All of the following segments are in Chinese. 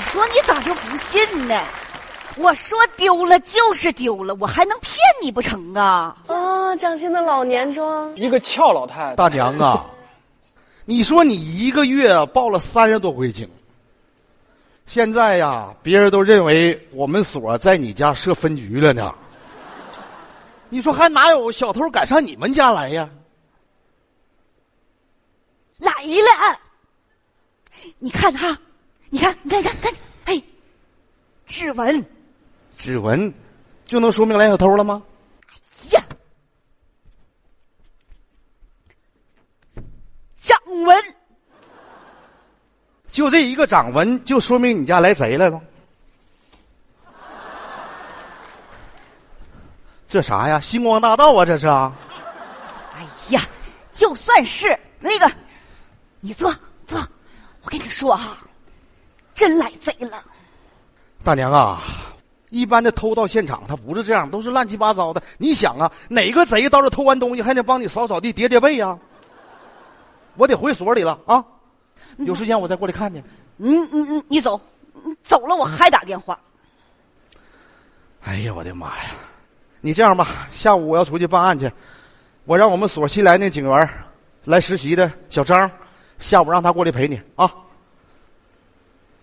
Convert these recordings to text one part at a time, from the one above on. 说你咋就不信呢？我说丢了就是丢了，我还能骗你不成啊？啊，蒋欣的老年妆，一个俏老 太太，大娘啊，你说你一个月啊报了三十多回警，现在呀，别人都认为我们所在你家设分局了呢。你说还哪有小偷敢上你们家来呀？来了，啊你看哈，你看，你看，你看，看，哎，指纹指纹就能说明来小偷了吗？呀，掌纹，就这一个掌纹，就说明你家来贼来了。这啥呀？星光大道啊，这是啊！哎呀，就算是那个，你坐坐，我跟你说哈、真来贼了。大娘啊，一般的偷盗现场他不是这样，都是乱七八糟的。你想啊，哪个贼到这偷完东西还得帮你扫扫地、叠叠被呀、我得回所里了啊！有时间我再过来看去。你你你嗯你走，你走了我还打电话。哎呀，我的妈呀！你这样吧，下午我要出去办案去，我让我们所新来那警员来实习的小张，下午让他过来陪你啊。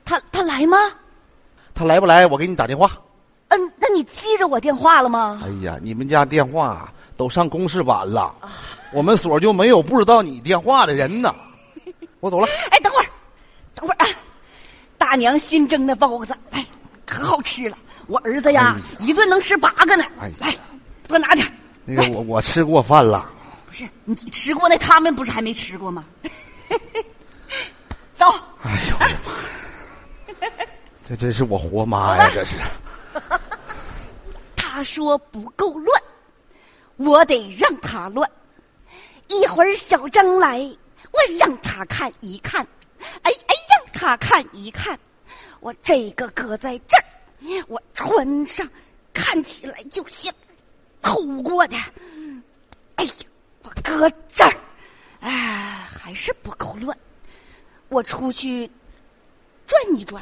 他他来吗？他来不来，我给你打电话。嗯，那你记着我电话了吗？ 哎呀，你们家电话都上公示版了，我们所就没有不知道你电话的人呢。我走了，哎，等会儿，等会儿啊！大娘新蒸的包子，哎，可好吃了。我儿子呀，一顿能吃八个呢。哎哎呀来，多拿点儿。那个我我吃过饭了，不是你吃过那，他们不是还没吃过吗？ 走，这真是我活妈呀，这是。他说不够乱，我得让他乱。一会儿小张来，我让他看一看，哎哎，让他看一看。我这个搁在这儿，我穿上，看起来就像偷过的。哎呀，我搁这儿，哎，还是不够乱。我出去转一转。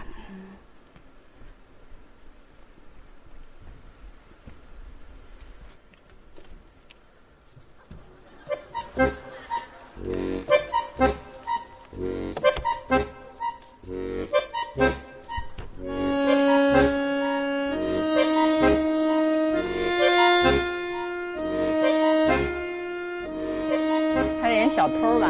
他演小偷吧？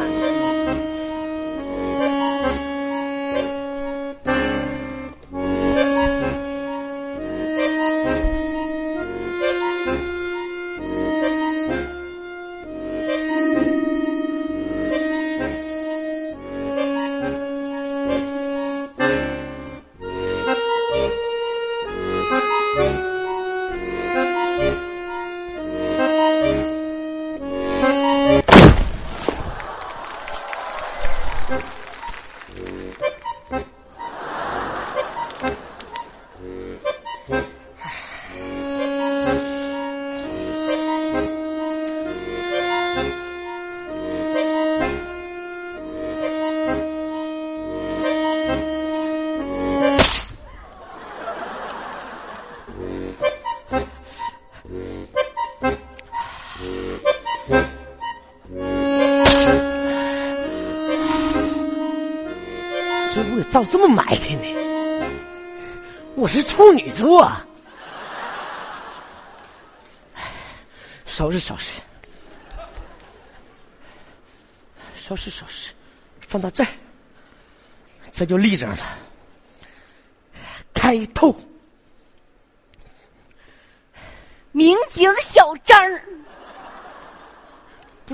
这我咋这么埋汰呢？我是处女座。唉收拾收拾，收拾收拾，放到这儿，这就立正了。开透，民警小张儿，不，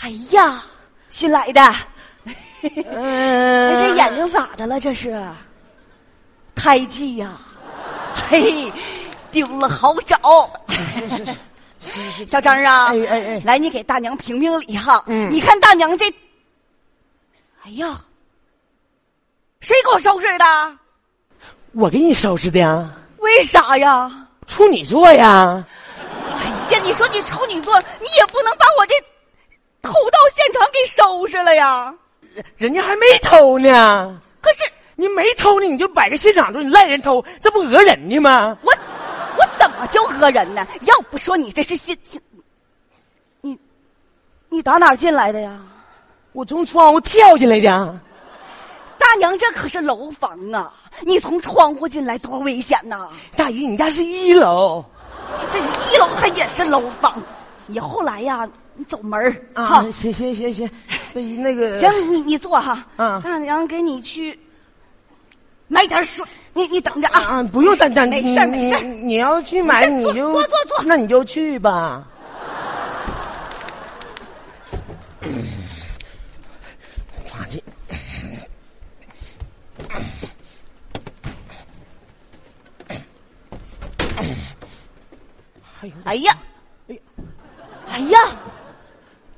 哎呀，新来的，呃哎，这眼睛咋的了？这是胎记呀、嘿，丢了好找。小张儿啊，哎哎哎嗯来，你给大娘评评理哈。你看大娘这，哎呀，谁给我收拾的？我给你收拾的呀，为啥呀？处女座呀。哎呀，你说你处女座，你也不能把我这偷盗现场给收拾了呀。人家还没偷呢，可是你没偷呢，你就摆个现场说你赖人偷，这不讹人呢吗？我我怎么就讹人呢？要不说你这是心，心你你打哪儿进来的呀？我从窗户跳进来的，大娘，这可是楼房啊！你从窗户进来多危险呐、大姨，你家是一楼这一楼它也是楼房，你后来呀，你走门儿哈啊？行行行行，大姨那个行，你你坐哈。呃嗯大娘给你去买点水，你你等着啊。啊，不用担担，没你事儿没事儿你你要去买没你事儿坐坐就坐坐那你就去吧。滑稽。哎呦哎呀，哎呀哎呀，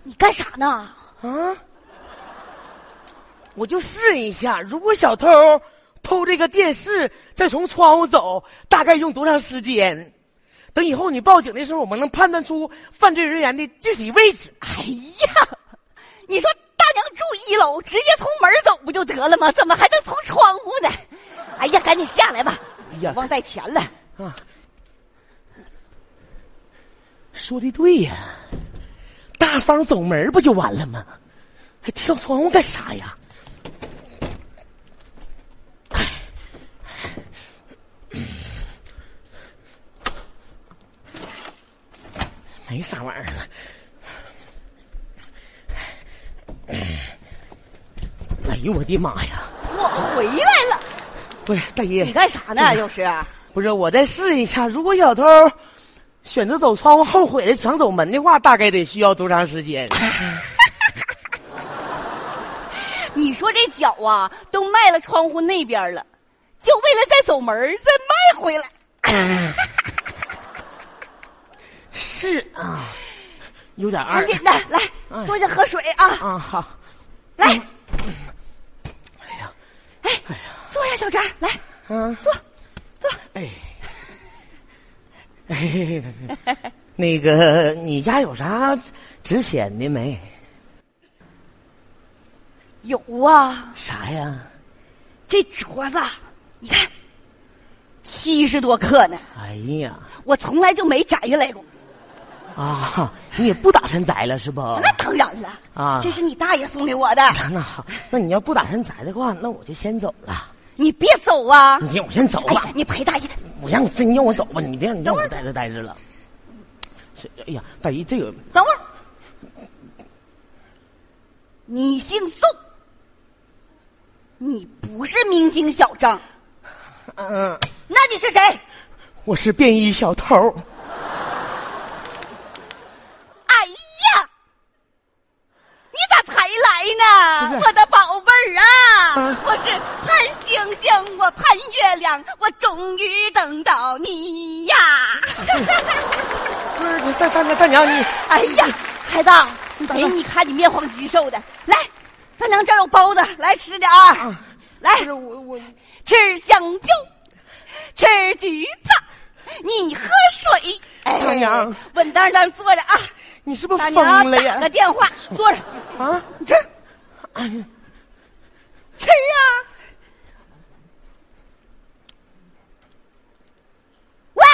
你干啥呢？啊！我就试一下，如果小偷偷这个电视，再从窗户走，大概用多长时间？等以后你报警的时候，我们能判断出犯罪人员的具体位置。哎呀，你说大娘住一楼，直接从门走不就得了吗？怎么还能从窗户呢？哎呀，赶紧下来吧！哎呀忘带钱了。啊，说的对呀，大方走门不就完了吗？还跳窗户干啥呀？哎哎，没啥玩意儿了。哎呦我的妈呀！我回来了，不是大爷，你干啥哎呢？又是啊不是，我再试一下。如果小偷选择走窗户，后悔了想走门的话，大概得需要多长时间？你说这脚啊，都迈了窗户那边了，就为了再走门儿再迈回来。是啊，有点二哎赶紧的，来，坐下喝水啊！啊。好，来，嗯哎呀，坐下，小张，来，嗯，坐，坐。哎，哎，那个，你家有啥值钱的没？有啊，啥呀？这镯子，你看，七十多克呢，哎呀，我从来就没摘下来过。啊，你也不打算摘了是不？那当然了，啊这是你大爷送给我的，那好，那你要不打算摘的话，那我就先走了。你别走啊！你 我先走哎吧呀，。你陪大爷，我让你真让我走吧，你别让你让等会我儿待着待着了。是，哎呀，大姨，这个等会儿，你姓宋，你不是民警小张，嗯，那你是谁？我是便衣小偷，哎呀，你咋才来呢？不是我的宝贝儿啊啊！我是盼星星，我盼月亮，我终于等到你 呀！不是大大大大娘你， 哎呀，孩子，哎，你看你面黄肌瘦的，来，大娘这儿有包子，来吃点儿、啊来不是我我吃香蕉，吃橘子，你喝水。哎，大娘，稳当当坐着啊！你是不大是娘疯了打呀个？电话，坐着，啊，哎你吃，吃啊！喂，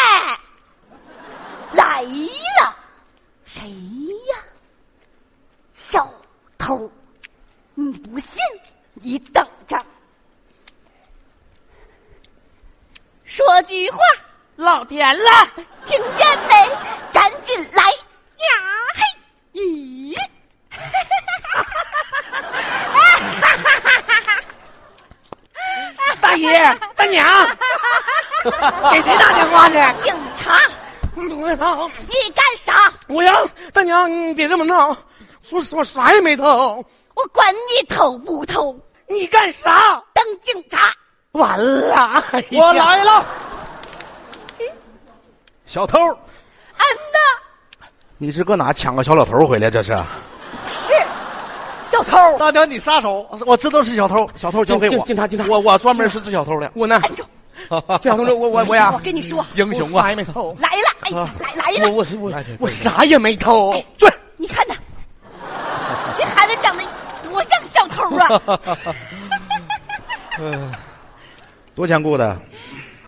来了，谁呀？小偷，你不信，你等着。说句话，老天了，听见没？赶紧来呀！嘿，咦，大姨大娘，给谁打电话呢？警察，你干啥？ 我要大娘，你别这么闹，说说啥也没偷，我管你偷不偷，你干啥？当警察。完了，哎呀我来了，小偷，嗯呐，你是搁哪抢个小老头回来？这是是小偷。大娘，你撒手！我知道是小偷，小偷交给警我。警察警察我我专门是治小偷的。我呢，按住，警察同志，我我我呀我，跟你说，英雄啊啥！也没偷。来了，哎，来来我了，啊哎我我我啥也没偷，对，你看他， 这孩子长得多像小偷啊！多钱雇的？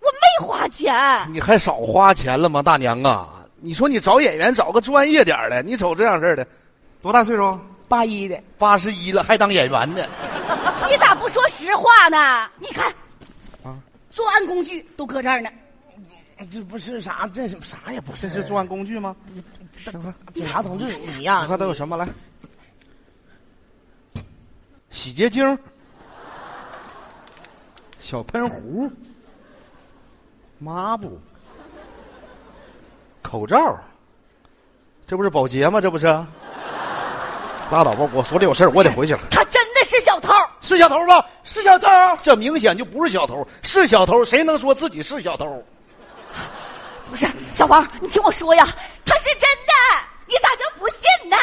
我没花钱，你还少花钱了吗，大娘啊？你说你找演员找个专业点儿的，你瞅这样式儿的，多大岁数？八一的，八十一了还当演员呢？你咋不说实话呢？你看，啊作案工具都搁这儿呢。哎这不是啥，这是啥也不是这是作案工具吗？警察同志，你呀、你看都有什么来？洗洁精，小喷壶，抹布，口罩，这不是保洁吗？这不是？拉倒吧，我手里有事儿我得回去了。他真的是小偷，是小偷吧？是小偷，这明显就不是小偷，是小偷，谁能说自己是小偷？不是小王，你听我说呀，他是真的，你咋就不信呢？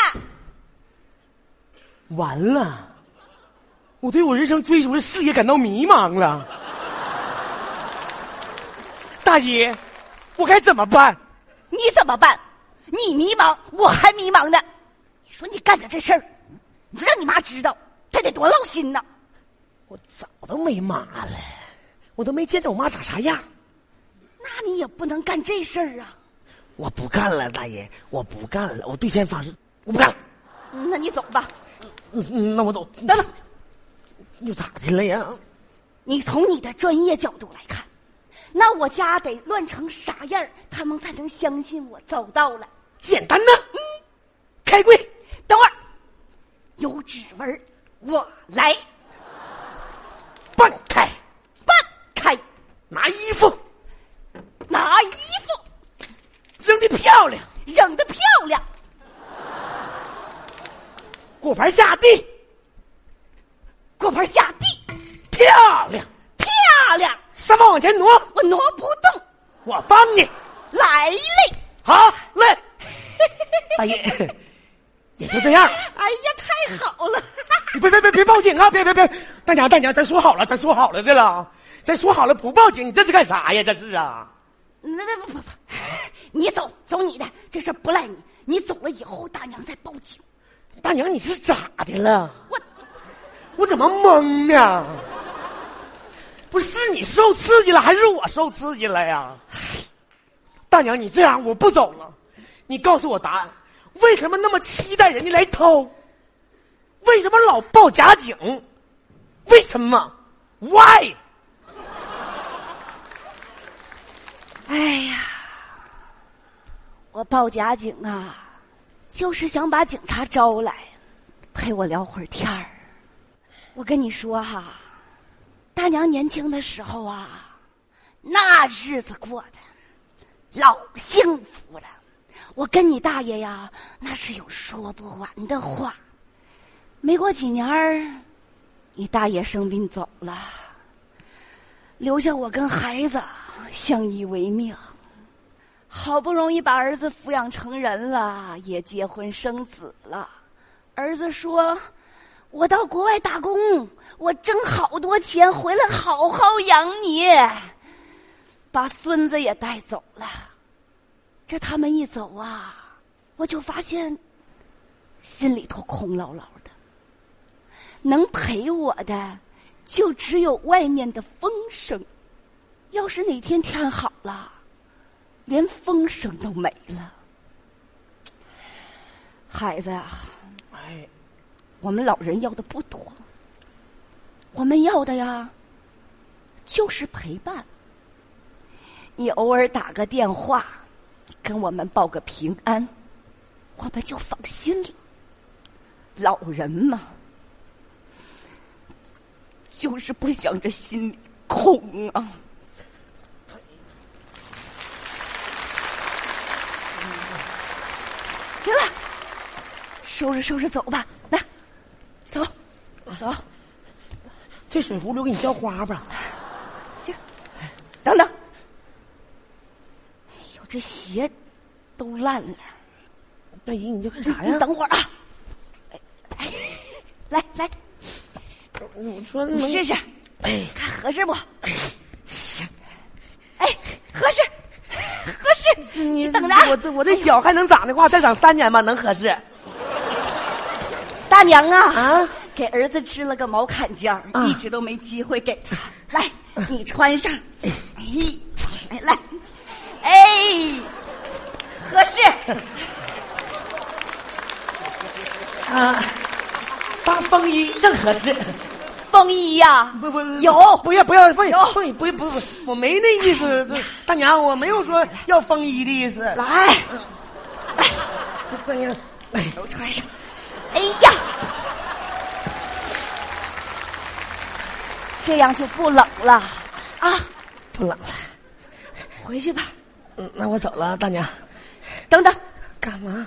完了，我对我人生追求的事业感到迷茫了。 大姐，我该怎么办？你怎么办？你迷茫，我还迷茫呢。你说你干的这事儿，你说让你妈知道，她得多闹心呢。我早都没妈了，我都没见着我妈长啥样。那你也不能干这事儿啊。我不干了，大爷，我不干了，我对天发誓，我不干了。嗯那你走吧。嗯嗯，那我走。等等，又咋的了呀？你从你的专业角度来看，那我家得乱成啥样儿他们才能相信我走到了？简单呐，嗯，开柜。等会儿，有指纹儿，我来半开，搬开，拿衣服拿衣服扔的漂亮，扔得漂亮，果盘下地果盘下地漂亮，漂亮，沙发往前挪，我挪不动，我帮你。来嘞！好嘞， 大爷，也就这样了。哎呀，太好了！你别别别别报警啊！别别别，大娘大娘，咱说好了，咱说好了的了，咱说好了不报警，你这是干啥呀？这是啊，那那不不不，你走走你的，这事儿不赖你。你走了以后，大娘再报警。大娘你是咋的了？我我怎么懵呢？不是你受刺激了，还是我受刺激了呀？大娘，你这样我不走了，你告诉我答案，为什么那么期待人家来偷？为什么老报假警？为什么？Why？我报假警啊，就是想把警察招来，陪我聊会儿天儿。我跟你说哈，大娘年轻的时候啊，那日子过得老幸福了。我跟你大爷呀，那是有说不完的话。没过几年儿，你大爷生病走了，留下我跟孩子相依为命。好不容易把儿子抚养成人了，也结婚生子了。儿子说：“我到国外打工，我挣好多钱，回来好好养你。”把孙子也带走了。这他们一走啊，我就发现心里头空落落的。能陪我的，就只有外面的风声。要是哪天天好了。连风声都没了。孩子啊，哎，我们老人要的不多，我们要的呀，就是陪伴。你偶尔打个电话，跟我们报个平安，我们就放心了。老人嘛，就是不想这心里空啊。嗯行了，收拾收拾走吧，来，走，啊走，这水壶留给你浇花吧。行，等等。哎呦，这鞋都烂了，大姨，你这干啥你呀？等会儿啊。哎，哎来来，我说你试试，哎，看合适不？哎，合适，合适，你等着啊。我这我这脚还能长的话，再长三年吧，能合适？大娘啊，啊给儿子织了个毛坎肩儿，啊一直都没机会给他。来，你穿上，哎，来来，哎，合适，啊，搭风衣正合适。风衣呀、不不不有不要不要风衣有风衣不不不，我没那意思，这大娘我没有说要风衣的意思。来，这大娘，哎，都穿上，哎呀，这样就不冷了啊！不冷了。回去吧，嗯，那我走了，大娘。等等，干嘛？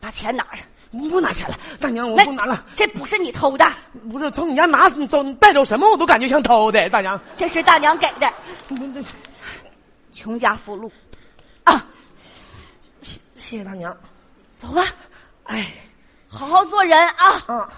把钱拿上。你不拿钱了，大娘，我那不拿了。这不是你偷的，不是从你家拿走带走什么，我都感觉像偷的，大娘。这是大娘给的，不不不穷家富路，啊，谢谢大娘。走吧，哎，好好做人啊！啊。啊